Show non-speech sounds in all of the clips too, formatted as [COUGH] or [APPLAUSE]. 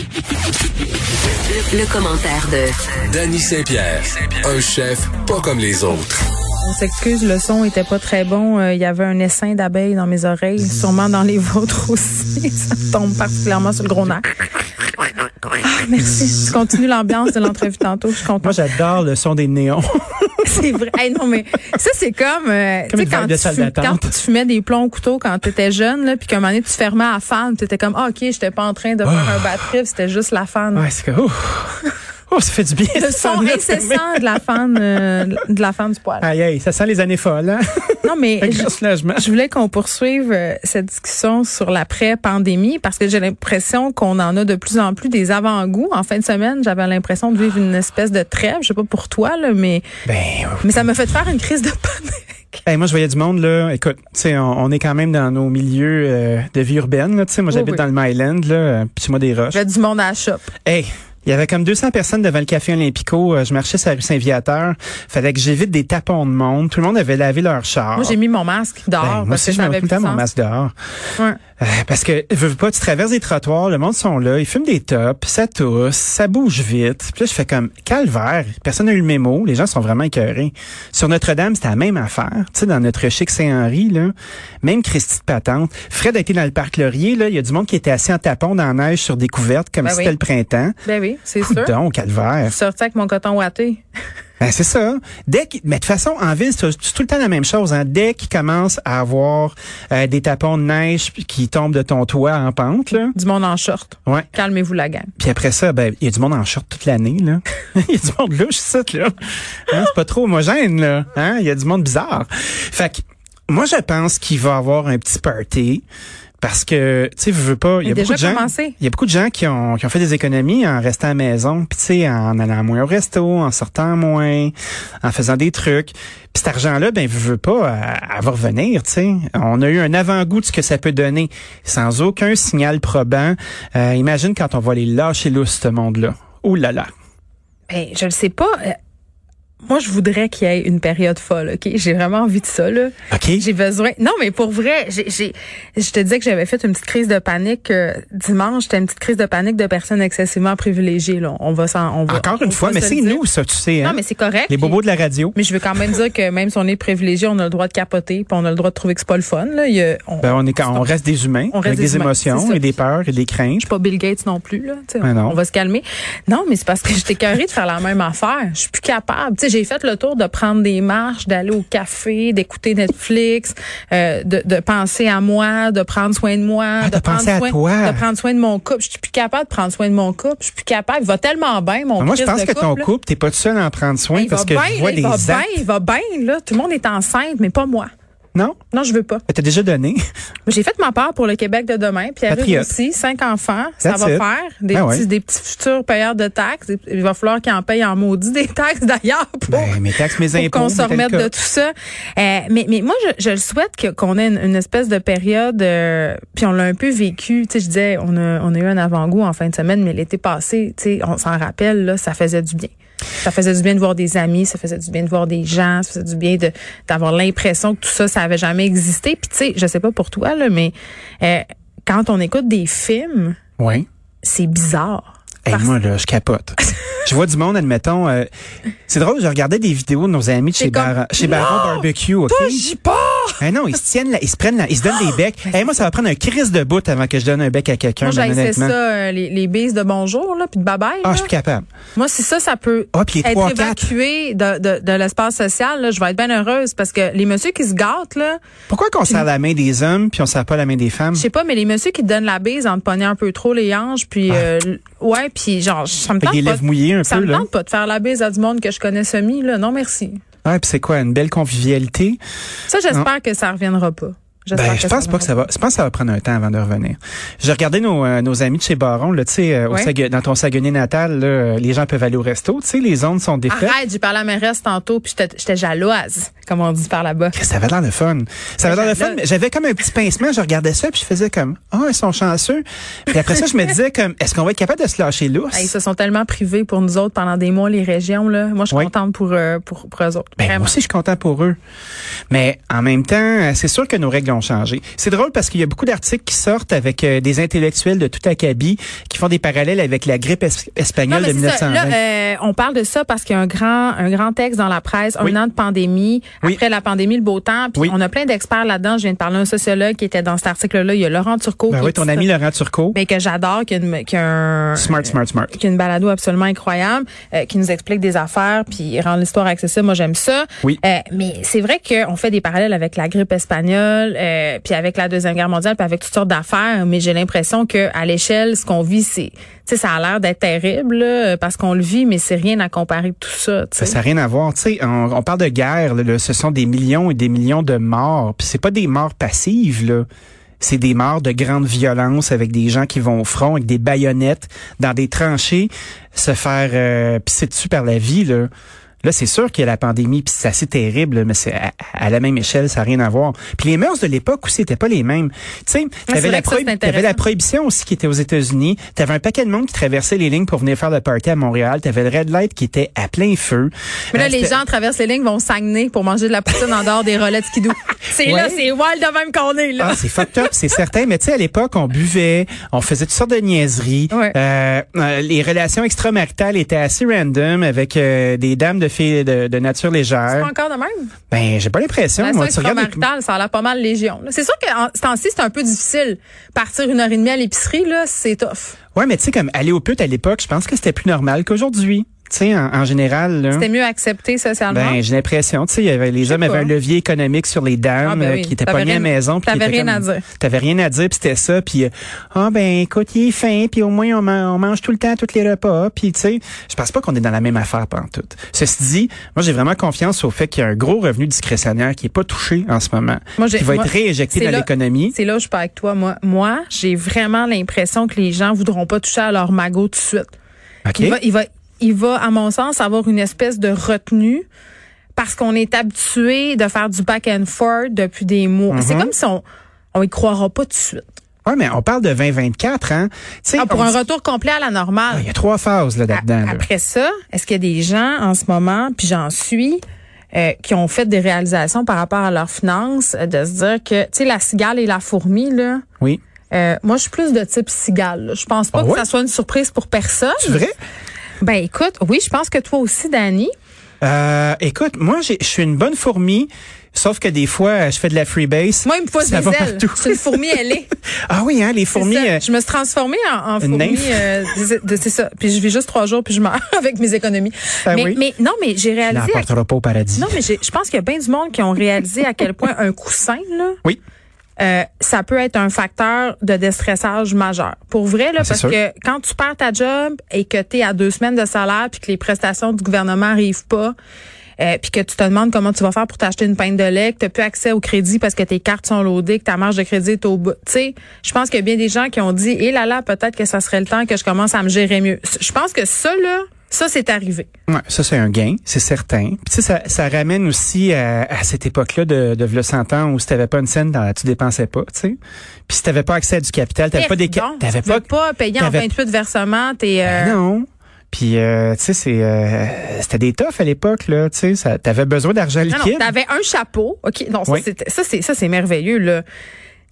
Le, le commentaire de Danny Saint-Pierre, un chef pas comme les autres. On s'excuse, le son était pas très bon. Euh, Il y avait un essaim d'abeilles dans mes oreilles, [LAUGHS] sûrement dans les vôtres aussi. [LAUGHS] Ça tombe particulièrement sur le gros nerf. Ah, merci. Tu continues l'ambiance de l'entrevue tantôt. Je suis Moi, contente. j'adore le son des néons. [LAUGHS] C'est vrai. Hey, non, mais ça, c'est comme, euh, tu Comme sais, une quand, vague de tu salle fum- quand d'attente. tu fumais des plombs au couteau quand tu étais jeune, là, puis qu'à un moment donné, tu fermais la fan, tu étais comme, ah, OK, j'étais pas en train de faire un bad trip, c'était juste la fan. [LAUGHS] ouais, c'est que. Oh, oh, ça fait du bien. Le [LAUGHS] ça, son là, mais- incessant de la fan, euh, de la fan du poil. Aïe, aïe, ça sent les années folles, hein? Non, mais Le je- gros soulagement. Je voulais qu'on poursuive euh, cette discussion sur l'après-pandémie parce que j'ai l'impression qu'on en a de plus en plus des avant-goûts. En fin de semaine, j'avais l'impression de vivre une espèce de trêve. Je sais pas pour toi, là, mais, Ben, mais ça m'a fait faire une crise de [LAUGHS] panique. Hey, Ben, moi, je voyais du monde, là. Écoute, tu sais, on, on est quand même dans nos milieux euh, de vie urbaine, là. Tu sais, moi, Oui, j'habite oui. dans le Myland, là, euh, puis moi, des roches. J'avais du monde à la shop. Hey! Il y avait comme 200 personnes devant le café Olympico. Euh, Je marchais sur la rue Saint-Viateur. Fallait que j'évite des tapons de monde. Tout le monde avait lavé leur char. Moi, j'ai mis mon masque Ah. Ben, dehors moi parce aussi, que je ça mets avait tout plus le temps de mon sens. masque dehors. Ouais. Euh, parce que, veux, veux pas, tu traverses des trottoirs, le monde sont là, ils fument des tops, ça tousse, ça bouge vite. Puis là, je fais comme, calvaire, personne n'a eu le mémo, les gens sont vraiment écœurés. Sur Notre-Dame, c'était la même affaire. Tu sais, dans notre chic Saint-Henri, là, même Christy de Patente. Fred a été dans le parc Laurier, là, il y a du monde qui était assis en tapon dans la neige sur des couvertes, comme Ben si oui. c'était le printemps. Ben oui, c'est sûr. Donc, calvaire. Je suis sortie avec mon coton ouaté. Ben, c'est ça. Dès qu'il- mais de toute façon, en ville, c'est c'est tout le temps la même chose. Hein. Dès qu'il commence à avoir euh, des tapons de neige qui tombent de ton toit en pente, là, Du monde en short. ouais. Calmez-vous la gang. Puis après ça, ben il y a du monde en short toute l'année là. [LAUGHS] Il y a du monde louche ça là. Hein, c'est pas trop homogène là. Hein, il y a du monde bizarre. Fait que moi je pense qu'il va y avoir un petit party parce que tu sais je veux pas, il y a Il a beaucoup déjà de gens commencé. il y a beaucoup de gens qui ont, qui ont fait des économies en restant à la maison, puis tu sais, en allant moins au resto, en sortant moins, en faisant des trucs. Puis cet argent-là, ben, vous veux pas à, à va revenir, tu sais. On a eu un avant-goût de ce que ça peut donner, sans aucun signal probant. Euh, imagine quand on va les lâcher lousse, ce monde-là. Ouh là là. Ben, je le sais pas. Euh, Moi, je voudrais qu'il y ait une période folle, OK? J'ai vraiment envie de ça, là. OK? [LAUGHS] J'ai besoin. Non, mais pour vrai, j'ai, j'ai- je te disais que j'avais fait une petite crise de panique euh, dimanche. C'était une petite crise de panique de personnes excessivement privilégiées. Là. On va s'en. On va, Encore on une va fois, mais se c'est le dire. nous, ça, tu sais. hein? Non, mais c'est correct. les puis- bobos de la radio. Mais je veux quand même dire que même si on est privilégié, on a le droit de capoter, puis on a le droit de trouver que c'est pas le fun. Là. Il y a- on, Ben, on, est, quand- on reste des humains, On reste avec des des, humains, c'est émotions ça. et des peurs et des craintes. je suis pas Bill Gates non plus là, tu sais, Ben on- non. on va se calmer. Non, mais c'est parce que j'étais curée de faire la même affaire. Je suis plus capable. Tu sais, j'ai fait le tour de prendre des marches, d'aller au café, d'écouter Netflix, euh, de, de penser à moi, de prendre soin de moi, Ah, de prendre penser à soin, toi. de prendre soin de mon couple. Je suis plus capable de prendre soin de mon couple. Je suis plus capable. Il va tellement bien mon. Ben, Moi, je Christ de pense que ton couple, là. Ben, couple, t'es pas tout seul à en prendre soin Il parce va que bien, je vois là, des il va actes. bien, il va bien là. Tout le monde est enceinte, mais pas moi. Non? Non, je veux pas. Ben, T'as déjà donné. Mais J'ai fait ma part pour le Québec de demain. Puis arrive Patriote. aussi cinq enfants. Ça That's va it. faire des, Ah ouais. petits, des petits futurs payeurs de taxes. Il va falloir qu'ils en payent en maudit des taxes d'ailleurs pour, Ben, mes taxes, mes pour impôts, qu'on se c'était le remette cas. de tout ça. Euh, mais, mais moi, je, je le souhaite que- qu'on ait une, une espèce de période. euh, puis on l'a un peu vécu. Tu sais, je disais, on a, on a eu un avant-goût en fin de semaine, mais l'été passé, tu sais, on s'en rappelle, là, ça faisait du bien. Ça faisait du bien de voir des amis, ça faisait du bien de voir des gens, ça faisait du bien de d'avoir l'impression que tout ça, ça avait jamais existé. Puis tu sais, je sais pas pour toi là, mais euh, quand on écoute des films, Oui. c'est bizarre. Hey, Parce- moi, là, [LAUGHS] je capote. je vois du monde, admettons. euh, c'est drôle, je regardais des vidéos de nos amis de C'est chez, comme, Baron- chez Baron Barbecue, OK? Ah non, ils se tiennent là, ils se prennent là, ils se donnent des becs. Hey, moi, ça va prendre un crise de bout avant que je donne un bec à quelqu'un, Ah! Moi, ben, j'haïssais ça, honnêtement. euh, les, les bises de bonjour, là, puis de babaye. Ah, là. je suis capable. Moi, si ça, ça peut Ah, puis les être trois, quatre. évacué de, de, de l'espace social, là, je vais être bien heureuse parce que les messieurs qui se gâtent, là, Pourquoi qu'on serre la main des hommes puis on serre pas la main des femmes? je sais pas, mais les messieurs qui te donnent la bise en te pognant un peu trop les hanches, puis Ah. euh, ouais, puis genre, ça me Avec tente des pas. lèvres mouillées un ça peu, me là. tente pas de faire la bise à du monde que je connais semi, là. Non, merci. Ouais, puis c'est quoi, une belle convivialité? Ça, j'espère que ça reviendra pas. J'espère Ben, je pense pas que ça va. Je pense que ça va prendre un temps avant de revenir. J'ai regardé nos, euh, nos amis de chez Baron, là, tu sais, euh, au Ouais. Saguenay- dans ton Saguenay natal, là, euh, les gens peuvent aller au resto, tu sais, les zones sont défaites. Arrête, j'ai parlé à ma reste tantôt, puis j'étais j'étais jalouse, comme on dit par là-bas. Chris, Ça avait l'air le fun. Ça avait Mais l'air le là- fun, mais j'avais comme un petit pincement, je regardais ça, puis je faisais comme, ah, ils sont chanceux. Puis après ça, je me disais comme, est-ce qu'on va être capable de se lâcher l'ours? Hey, ils se sont tellement privés pour nous autres pendant des mois, les régions. Là. Moi, je suis Oui. contente pour, euh, pour, pour eux autres. Ben, moi Vraiment. aussi, je suis content pour eux. Mais en même temps, euh, c'est sûr que nos règles ont changé. C'est drôle parce qu'il y a beaucoup d'articles qui sortent avec euh, des intellectuels de tout acabit qui font des parallèles avec la grippe es- Non, espagnole mais de c'est ça. 1920. Là, euh, on parle de ça parce qu'il y a un grand, un grand texte dans la presse, Oui. un an de pandémie, Oui. après la pandémie, le beau temps. Puis Oui. on a plein d'experts là-dedans. Je viens de parler à un sociologue qui était dans cet article-là. Il y a Laurent Turcot. Ben qui oui, est- ton ami Laurent Turcot. Mais que j'adore, qui a, une- qui a un, smart, smart, smart. qui a une balado absolument incroyable, euh, qui nous explique des affaires, puis rend l'histoire accessible. Moi, j'aime ça. Oui. Euh, mais c'est vrai qu'on fait des parallèles avec la grippe espagnole, euh, puis avec la Deuxième Guerre mondiale, puis avec toutes sortes d'affaires. Mais j'ai l'impression que à l'échelle, ce qu'on vit, c'est, tu sais, ça a l'air d'être terrible là, parce qu'on le vit, mais c'est rien à comparer de tout ça. tu Ben, Ça sais. n'a rien à voir. Tu sais, on, on parle de guerre. là, là, ce sont des millions et des millions de morts. Puis c'est pas des morts passives, là. C'est des morts de grande violence avec des gens qui vont au front avec des baïonnettes dans des tranchées, se faire euh, pisser dessus par la vie, là. Là, c'est sûr qu'il y a la pandémie, puis c'est assez terrible, mais c'est à, à la même échelle, ça n'a rien à voir. Puis les mœurs de l'époque aussi n'étaient pas les mêmes. Tu sais, t'avais c'est vrai la, que ça, prohib- c'est t'avais la intéressant. prohibition aussi qui était aux États-Unis. T'avais un paquet de monde qui traversait les lignes pour venir faire le party à Montréal. T'avais le red light qui était à plein feu. Mais là, Euh, les c'était- gens traversent les lignes, vont s'agner pour manger de la poutine en dehors des relais de skidoo. C'est là, Ouais. c'est wild de même qu'on est là. Ah, c'est fucked up, c'est certain. Mais tu sais, à l'époque, on buvait, on faisait toutes sortes de niaiseries. Ouais. Euh, euh, les relations extramaritales étaient assez random avec euh, des dames de filles de, de C'est nature pas légère. encore de même. Ben, j'ai pas l'impression. Relation moi, tu regardes les- extramaritale, ça a l'air pas mal légion. là. C'est sûr que en ce temps-ci, c'est un peu difficile. Partir une heure et demie à l'épicerie, là, c'est tough. Ouais, mais tu sais, comme aller aux putes à l'époque, je pense que c'était plus normal qu'aujourd'hui. Tu sais, en, en général, là. C'était mieux accepté socialement. Ben, j'ai l'impression, tu sais, il y avait- les hommes pas. avaient un levier économique sur les dames Ah, ben euh, oui. qui étaient T'avais pognées à la rien- maison. puis qui t'avais étaient rien à comme- dire. T'avais rien à dire, puis c'était ça. Puis, euh, ah ben, écoute, il est fin, puis au moins, on, man- on mange tout le temps, à tous les repas. Puis, tu sais, je pense pas qu'on est dans la même affaire pendant tout. Ceci dit, moi, j'ai vraiment confiance au fait qu'il y a un gros revenu discrétionnaire qui est pas touché en ce moment, Moi, j'ai- qui va moi, être réinjecté c'est dans là- l'économie. C'est là où je suis pas avec toi, moi. Moi, j'ai vraiment l'impression que les gens voudront pas toucher à leur magot tout de suite. OK? Il va, il va, il va, à mon sens, avoir une espèce de retenue parce qu'on est habitué de faire du back and forth depuis des mois. Mhm. C'est comme si on, on y croira pas tout de suite. Ouais, mais on parle de 2024, hein? Tu sais, Ah, pour on un dit- retour complet à la normale. Ah, il y a trois phases là, là-dedans. là. Après ça, est-ce qu'il y a des gens en ce moment, puis j'en suis, euh, qui ont fait des réalisations par rapport à leurs finances, euh, de se dire que, tu sais, la cigale et la fourmi, là, Oui. euh, moi, je suis plus de type cigale. là. Je pense pas Ah que ouais? ça soit une surprise pour personne. C'est vrai? Ben écoute, oui, je pense que toi aussi, Dani. Euh, écoute, moi, j'ai- je suis une bonne fourmi, sauf que des fois, euh, je fais de la freebase. Moi, il me faut Ça des va ailes. partout. Je suis une fourmi [LAUGHS] ailée. Ah oui, hein, les C'est fourmis. ça. euh, je me suis transformée en, en Une fourmi. nymphe. euh, de- de- c'est ça. Puis je vis juste trois jours, puis je meurs [LAUGHS] avec mes économies. Ah mais, oui. mais non, mais j'ai on réalisé à l'emportera pas au paradis. Non, mais j'ai- je pense qu'il y a bien du monde qui ont réalisé à quel point un coussin, là, Oui. euh, ça peut être un facteur de déstressage majeur. Pour vrai, là, Ah, c'est parce sûr. que quand tu perds ta job et que tu es à deux semaines de salaire puis que les prestations du gouvernement arrivent pas, euh, puis que tu te demandes comment tu vas faire pour t'acheter une pinte de lait, que tu plus accès au crédit parce que tes cartes sont loadées, que ta marge de crédit est au bout. Tu sais, je pense qu'il y a bien des gens qui ont dit, et là là, peut-être que ça serait le temps que je commence à me gérer mieux. Je pense que ça, là, ça, c'est arrivé. Ouais, ça, c'est un gain, c'est certain. Puis, tu sais, ça, ça ramène aussi à, à cette époque-là de, de v'là 100 ans où si t'avais pas une scène, dans, tu dépensais pas, tu sais. Puis si t'avais pas accès à du capital, t'avais pas des... ca- Pardon, T'avais tu veux pas... pas payer en t'avais- 28 versements tes Ben euh, Non. Puis, euh, tu sais, c'est, euh, c'était des toughs à l'époque, là, tu sais. ça- T'avais besoin d'argent non, non, liquide. t'avais un chapeau. OK, non, ça Oui. c'était- ça, c'est ça c'est merveilleux là.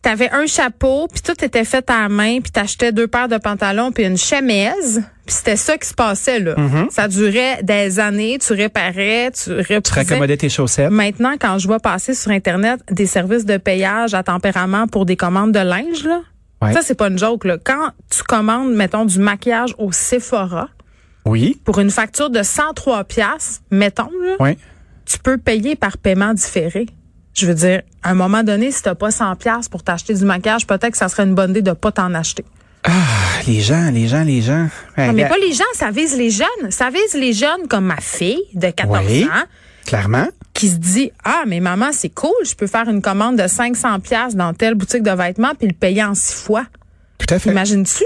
T'avais un chapeau, puis tout était fait à la main, puis t'achetais deux paires de pantalons puis une chemise, puis c'était ça qui se passait là. Ça durait des années, tu réparais, tu Mm-hmm. tu reposais. raccommodais tes chaussettes. Maintenant, quand je vois passer sur Internet des services de payage à tempérament pour des commandes de linge, là, Ouais. ça, c'est pas une joke. Là. Quand tu commandes, mettons, du maquillage au Sephora, Oui. pour une facture de 103 pièces, mettons, là, Oui. tu peux payer par paiement différé. Je veux dire, à un moment donné, si t'as pas 100 pièces pour t'acheter du maquillage, peut-être que ça serait une bonne idée de pas t'en acheter. Ah, les gens, les gens, les gens. Ouais, Non, mais la- pas les gens, ça vise les jeunes. Ça vise les jeunes comme ma fille de 14 Oui. ans Clairement. qui se dit ah mais maman c'est cool je peux faire une commande de 500 pièces dans telle boutique de vêtements puis le payer en six fois Tout à fait. imagines-tu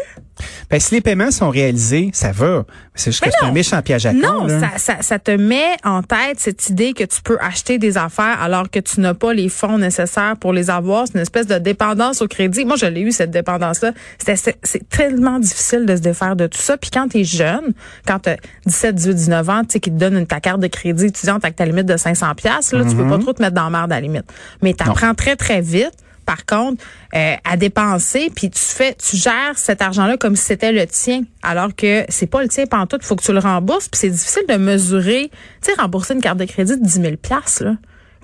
Ben, si les paiements sont réalisés, ça va. C'est juste que Mais c'est Ben non. un méchant piège à con, non là. ça, ça, ça te met en tête cette idée que tu peux acheter des affaires alors que tu n'as pas les fonds nécessaires pour les avoir c'est une espèce de dépendance au crédit moi je l'ai eu cette dépendance là c'était c'est- c'est tellement difficile de se défaire de tout ça puis quand tu es jeune quand tu 17 18 19 ans tu sais qui te donne une, ta carte de crédit étudiante avec ta limite de 500 pièces là Mm-hmm. tu peux pas trop te mettre dans la merde à la limite mais tu apprends très très vite par contre, euh, à dépenser, puis tu fais, tu gères cet argent-là comme si c'était le tien, alors que c'est pas le tien pantoute. Faut que tu le rembourses, puis c'est difficile de mesurer. Tu sais, rembourser une carte de crédit de 10 000 piastres, là,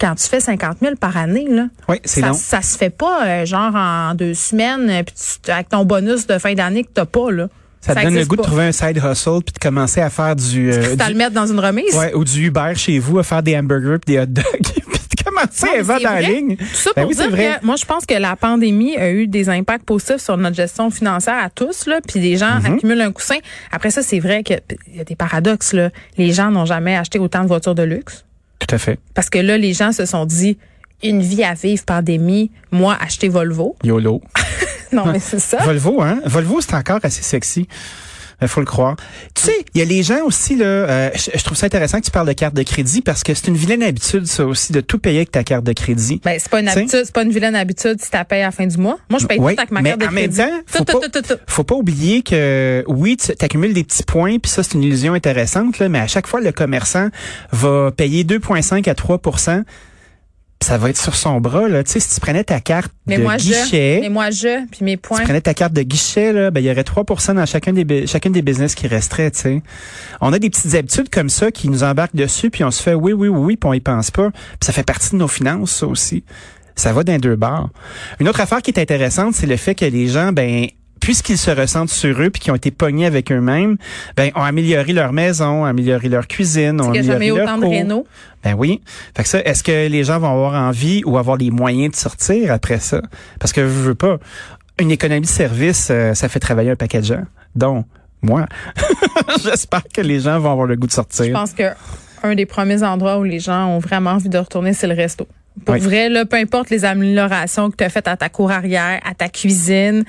quand tu fais 50 000 par année, là. Oui, c'est ça, long. ça se fait pas, euh, genre, en deux semaines, euh, puis tu- avec ton bonus de fin d'année que t'as pas, là. Ça te donne le existe goût de pas. trouver un side hustle puis de commencer à faire du, [LAUGHS] euh, Puis t'as du- le mettre dans une remise. ouais, ou du Uber chez vous, à faire des hamburgers puis des hot dogs [LAUGHS] puis de commencer Non, mais à vendre c'est en vrai. ligne. Tout ça Ben pour oui, c'est dire vrai. que moi, je pense que la pandémie a eu des impacts positifs sur notre gestion financière à tous, là, puis les gens Mhm. accumulent un coussin. Après ça, c'est vrai qu'il y a des paradoxes. Là. Les gens n'ont jamais acheté autant de voitures de luxe Tout à fait. parce que là, les gens se sont dit, une vie à vivre, pandémie, moi, acheter Volvo. [LAUGHS] YOLO. Non, mais c'est ça. Volvo, hein? Volvo, c'est encore assez sexy. Il faut le croire. Tu sais, il y a les gens aussi, là, euh, je je trouve ça intéressant que tu parles de carte de crédit parce que c'est une vilaine habitude, ça aussi, de tout payer avec ta carte de crédit. Ben, c'est pas une Tu sais? habitude, c'est pas une vilaine habitude si t'as payé à la fin du mois. Moi, je paye Oui, tout avec ma mais carte de en même crédit. temps, faut tout, tout, pas- tout, tout, tout. Faut pas oublier que oui, tu accumules des petits points, puis ça c'est une illusion intéressante, là, mais à chaque fois le commerçant va payer 2,5 à 3 puis ça va être sur son bras. Là. Tu sais, si tu prenais ta carte Mais de moi, je. Mais guichet, moi, je. Puis mes si tu points. prenais ta carte de guichet, là, ben, il y aurait 3 dans chacun des, bu- chacune des business qui resterait. tu sais. On a des petites habitudes comme ça qui nous embarquent dessus, puis on se fait oui, oui, oui, oui, puis on y pense pas. Puis ça fait partie de nos finances, ça aussi. Ça va d'un deux bars. Une autre affaire qui est intéressante, c'est le fait que les gens, ben, puisqu'ils se ressentent sur eux puis qu'ils ont été pognés avec eux-mêmes, ben, ont amélioré leur maison, ont amélioré leur cuisine, ont Il y a amélioré jamais leur autant de cours. rénaux. Ben oui. Fait que ça, est-ce que les gens vont avoir envie ou avoir les moyens de sortir après ça? Parce que je veux pas. Une économie de service, euh, ça fait travailler un paquet de gens. Donc, moi, [LAUGHS] j'espère que les gens vont avoir le goût de sortir. Je pense que un des premiers endroits où les gens ont vraiment envie de retourner, c'est le resto. Pour Oui. vrai, là, peu importe les améliorations que tu as faites à ta cour arrière, à ta cuisine,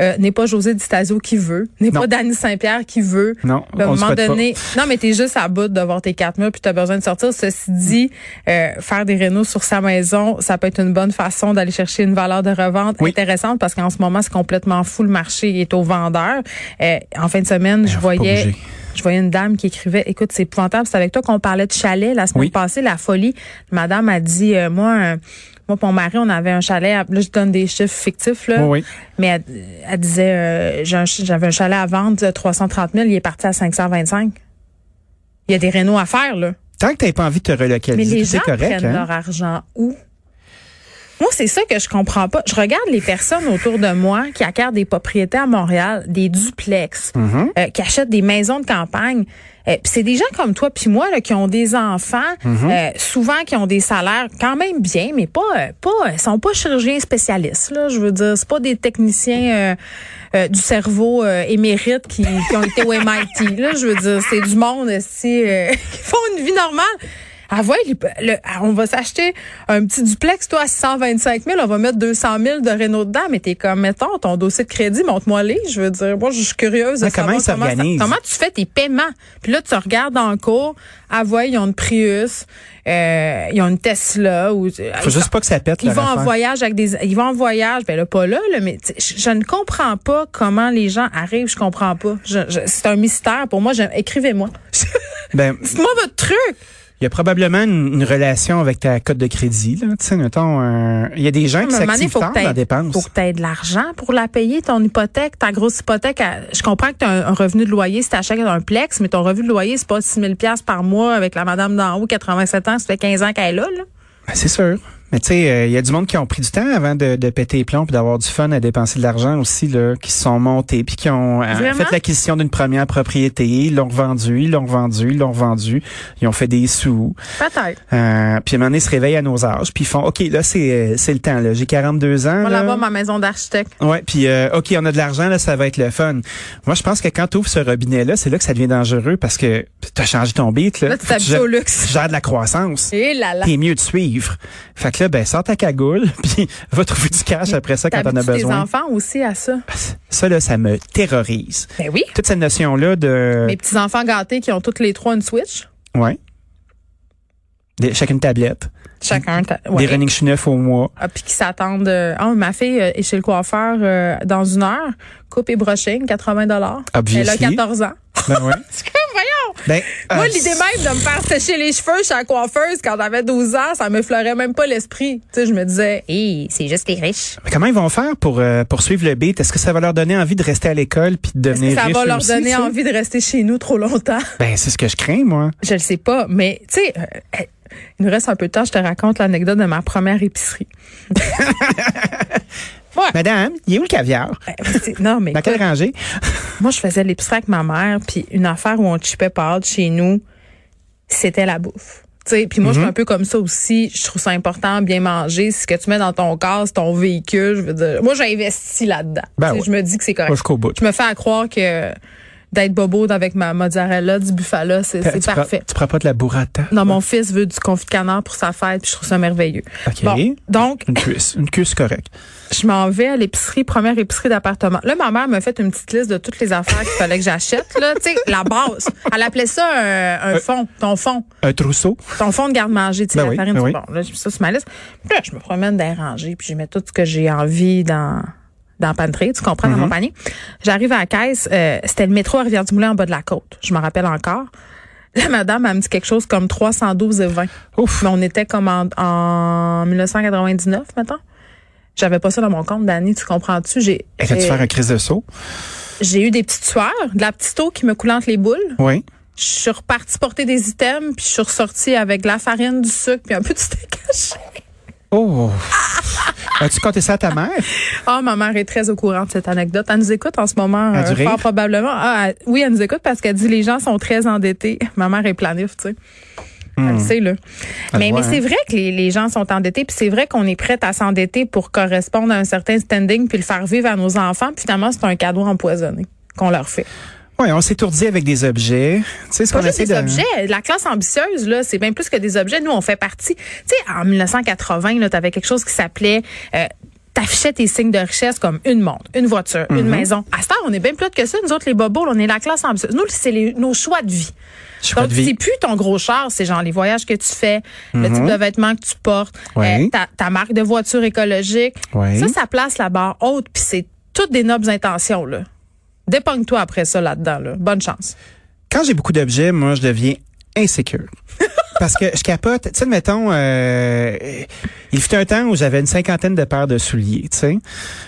euh, n'est pas José Distazo qui veut, n'est Non. pas Danny Saint-Pierre qui veut. Non, Puis Ben, à un on le moment souhaite pas. donné, non, mais t'es juste à bout de voir tes quatre murs puis t'as besoin de sortir. Ceci dit, euh, faire des rénaux sur sa maison, ça peut être une bonne façon d'aller chercher une valeur de revente Oui. intéressante parce qu'en ce moment, c'est complètement fou. Le marché est aux vendeurs. Euh, en fin de semaine, je Ben, faut pas voyais, bouger. je voyais une dame qui écrivait, écoute, c'est épouvantable. C'est avec toi qu'on parlait de chalet la semaine Oui. passée, la folie. Madame a dit, euh, moi, un- moi, pour mon mari, on avait un chalet. à- Là, je donne des chiffres fictifs, là. Oui, oui. Mais elle, elle disait, euh, j'ai un ch- j'avais un chalet à vendre euh, de 330 000, il est parti à 525. Il y a des rénaux à faire, là. Tant que t'as pas envie de te Mais relocaliser, les c'est gens correct. prennent hein? leur argent où? Moi, c'est ça que je comprends pas. Je regarde les personnes autour de moi qui acquièrent des propriétés à Montréal, des duplex, Mm-hmm. euh, qui achètent des maisons de campagne. Euh, puis c'est des gens comme toi puis moi là, qui ont des enfants, Mm-hmm. euh, souvent qui ont des salaires quand même bien, mais pas euh, pas ils sont pas chirurgiens spécialistes là. Je veux dire, c'est pas des techniciens euh, euh, du cerveau euh, émérite qui, qui ont été au MIT. Là, je veux dire, c'est du monde si [LAUGHS] qui font une vie normale. Ah ouais, il- le- ah, on va s'acheter un petit duplex, toi, à 625 000, on va mettre 200 000 de Renault dedans, mais t'es comme, mettons, ton dossier de crédit, montre-moi les, je veux dire, moi, je suis curieuse de Ah, comment savoir ils s'organisent? ça- comment tu fais tes paiements. Puis là, tu regardes en cours, ah ouais, ils ont une Prius, euh, ils ont une Tesla, ou... euh, Faut juste pas que ça pète Ils leur vont en affaire. voyage avec des ils vont en voyage ben là pas là, là, mais tu sais, je, je ne comprends pas comment les gens arrivent je comprends pas Je- je- c'est un mystère pour moi Je- écrivez-moi Ben, dites-moi votre truc Il y a probablement une, une relation avec ta cote de crédit. Là. Tu sais, mettons, euh, il y a des gens Mais qui à un moment donné, s'activent faut tard que dans la t'aies- faut dépense. que t'aies de l'argent pour la payer, ton hypothèque, ta grosse hypothèque. à- Je comprends que tu as un, un revenu de loyer si tu achètes un plex, mais ton revenu de loyer, c'est pas 6 000 par mois avec la madame d'en haut, 87 ans, ça fait 15 ans qu'elle est là. là. Ben, C'est sûr. Mais tu sais, il y a du monde qui ont pris du temps avant de, de péter les plombs puis d'avoir du fun à dépenser de l'argent aussi, là, qui se sont montés puis qui ont euh, Vraiment? fait l'acquisition d'une première propriété, ils l'ont revendu, ils l'ont revendu, ils l'ont revendu, ils ont fait des sous. Peut-être. Euh, puis à un moment donné, ils se réveillent à nos âges puis ils font, OK, là, c'est euh, c'est le temps, là. J'ai 42 ans. On là. va voir ma maison d'architecte. Ouais, puis euh, OK, on a de l'argent là, ça va être le fun. Moi, je pense que quand tu ouvres ce robinet là, c'est là que ça devient dangereux parce que tu as changé ton beat là. Là, tu Faut que t'habitues au gères- luxe. tu gères de la [LAUGHS] croissance. Et là là. T'es mieux de suivre. Fait que là, ben, sors ta cagoule, [LAUGHS] puis va trouver du cash après ça quand t'en as T'habitues tes besoin. enfants aussi à ça. Ça, là, ça me terrorise. Ben oui. Toute cette notion-là de... Mes petits-enfants gâtés qui ont toutes les trois une Switch. Ouais. Des- chacune tablette. Chacun. ta- Des ouais. running shoes neufs au mois. Ah, puis qui s'attendent. euh, Ah, ma fille euh, est chez le coiffeur euh, dans une heure. Coupe et brushing, 80 dollars. Ah, Elle a Obviously. 14 ans. [LAUGHS] Ben ouais. C'est comme, voyons. Ben, Moi, euh, l'idée même de me faire sécher les cheveux chez la coiffeuse quand j'avais 12 ans, ça me fleurait même pas l'esprit. Tu sais, je me disais, hé, c'est juste les riches. Mais Comment ils vont faire pour euh, poursuivre le beat? Est-ce que ça va leur donner envie de rester à l'école puis de Est-ce que devenir ça riche va eux leur aussi, donner tu sais? envie de rester chez nous trop longtemps? [LAUGHS] Ben, c'est ce que je crains, moi. Je le sais pas, mais tu sais, euh, euh, il nous reste un peu de temps, je te raconte l'anecdote de ma première épicerie. Madame, il est où le caviar? Euh, c'est- non, mais Dans quelle écoute, rangée? moi, je faisais l'épicerie avec ma mère, puis une affaire où on chipait pas hâte chez nous, c'était la bouffe. Tu sais, puis moi, Mhm. je suis un peu comme ça aussi. Je trouve ça important, bien manger. Ce que tu mets dans ton corps, c'est ton véhicule. Je veux dire, moi, j'investis là-dedans. Ben Tu sais, ouais. Je me dis que c'est correct. Pas jusqu'au bout. Je me fais à croire que d'être bobo avec ma mozzarella, du buffalo, c'est Euh, Tu c'est prends- parfait. tu prends pas de la burrata? Non, mon fils veut du confit de canard pour sa fête, puis je trouve ça merveilleux. OK. Bon, donc, Une cuisse. Une cuisse correcte. je m'en vais à l'épicerie, première épicerie d'appartement. Là, ma mère m'a fait une petite liste de toutes les affaires qu'il fallait que j'achète, là, tu sais, la base. Elle appelait ça un, un fond, ton fond, Un trousseau? ton fond de garde-manger, tu sais, Ben la oui, farine. ben du oui. Bon, là, j'ai mis ça sur ma liste. Puis là, je me promène dans les rangées, puis je mets tout ce que j'ai envie dans dans la pantry, tu comprends, Mhm. dans mon panier. J'arrive à la caisse, euh, c'était le métro à Rivière-du-Moulin en bas de la côte. Je m'en rappelle encore. [LAUGHS] La madame, elle me dit quelque chose comme 312 et 20. Ouf. Mais on était comme en, en 1999, mettons. J'avais pas ça dans mon compte, Dani, tu comprends-tu? J'ai, Est-ce que tu j'ai- faire un crise de seau? j'ai eu des petites sueurs, de la petite eau qui me coulante les boules. Oui. Je suis repartie porter des items, puis je suis ressortie avec de la farine, du sucre, puis un peu de steak haché. Oh. As-tu compté ça à ta mère? Ah, ma mère est très au courant de cette anecdote. Elle nous écoute en ce moment, euh, Elle a du rire? fort probablement. Ah, elle- oui, elle nous écoute parce qu'elle dit les gens sont très endettés. [LAUGHS] Ma mère est planif, tu sais. Elle le sait, là. Hmm. Elle mais voit, hein. mais c'est vrai que les, les gens sont endettés, puis c'est vrai qu'on est prête à s'endetter pour correspondre à un certain standing, puis le faire vivre à nos enfants. Puis finalement, c'est un cadeau empoisonné qu'on leur fait. Oui, on s'étourdit avec des objets. Tu sais ce Pas qu'on juste essaie des de. objets. La classe ambitieuse, là, c'est bien plus que des objets. Nous, on fait partie. Tu sais, en 1980, là, t'avais quelque chose qui s'appelait. euh, T'affichais tes signes de richesse comme une montre, une voiture, Mhm. une maison. À ce temps, on est bien plus haut que ça. Nous autres, les bobos, là, on est la classe ambitieuse. Nous, c'est les- nos choix de vie. Choix Donc, de vie. c'est plus ton gros char, c'est genre les voyages que tu fais, le Mhm. type de vêtements que tu portes, Ouais. euh, ta, ta marque de voiture écologique. Ouais. Ça, ça place la barre haute, puis c'est toutes des nobles intentions, là. Dépogne-toi après ça là-dedans, là. Bonne chance. Quand j'ai beaucoup d'objets, moi, je deviens [LAUGHS] insécure. Parce que je capote. Tu sais, mettons, euh, il fut un temps où j'avais une cinquantaine de paires de souliers, tu sais.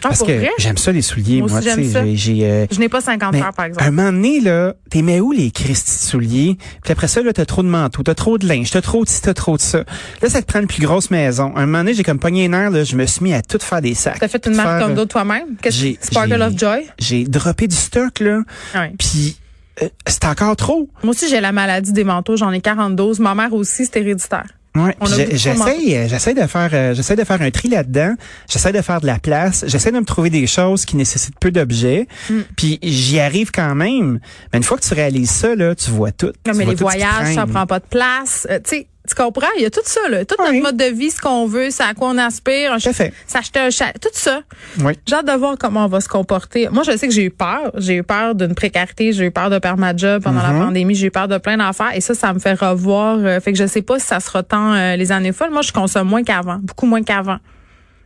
Parce Ah, pour que vrai? j'aime ça, les souliers, Moi moi, aussi, tu j'aime ça. sais. j'ai- J'ai, euh, Je n'ai pas 50 Mais heures, par exemple. un moment donné, là, t'es mets où les Christi de souliers? Puis après ça, là, t'as trop de manteaux, t'as trop de linge, t'as trop de ci, t'as trop de ça. Là, ça te prend une plus grosse maison. Un moment donné, j'ai comme pogné un air, là, je me suis mis à tout faire des sacs. T'as fait Tout une faire, marque comme euh, d'autres toi-même? Qu'est-ce j'ai- que Sparkle j'ai- of Joy? J'ai droppé du stock, là. Ouais. Puis, euh, c'est encore trop. Moi aussi, j'ai la maladie des manteaux. J'en ai 42. Ma mère aussi, c'est héréditaire. Ouais, On puis a j'ai- beaucoup j'essaie, euh, j'essaie de faire, euh, j'essaie de faire un tri là-dedans. J'essaie de faire de la place. J'essaie de me trouver des choses qui nécessitent peu d'objets. Mm. Puis j'y arrive quand même. Mais une fois que tu réalises ça, là, tu vois tout. Comme Tu les vois tout ce qui voyages, ça traîne. prend pas de place. Euh, tu sais, tu comprends? Il y a tout ça, là. Tout Ouais. notre mode de vie, ce qu'on veut, c'est à quoi on aspire. Tout à fait. S'acheter un chat. Tout ça. Oui. J'ai hâte de voir comment on va se comporter. Moi, je sais que j'ai eu peur. J'ai eu peur d'une précarité. J'ai eu peur de perdre ma job pendant la pandémie. J'ai eu peur de plein d'affaires. Et ça, ça me fait revoir. euh, fait que je sais pas si ça sera tant euh, les années folles. Moi, je consomme moins qu'avant. Beaucoup moins qu'avant.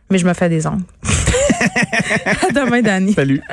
Mais je me fais des ongles. [LAUGHS] à demain, Dani. Salut.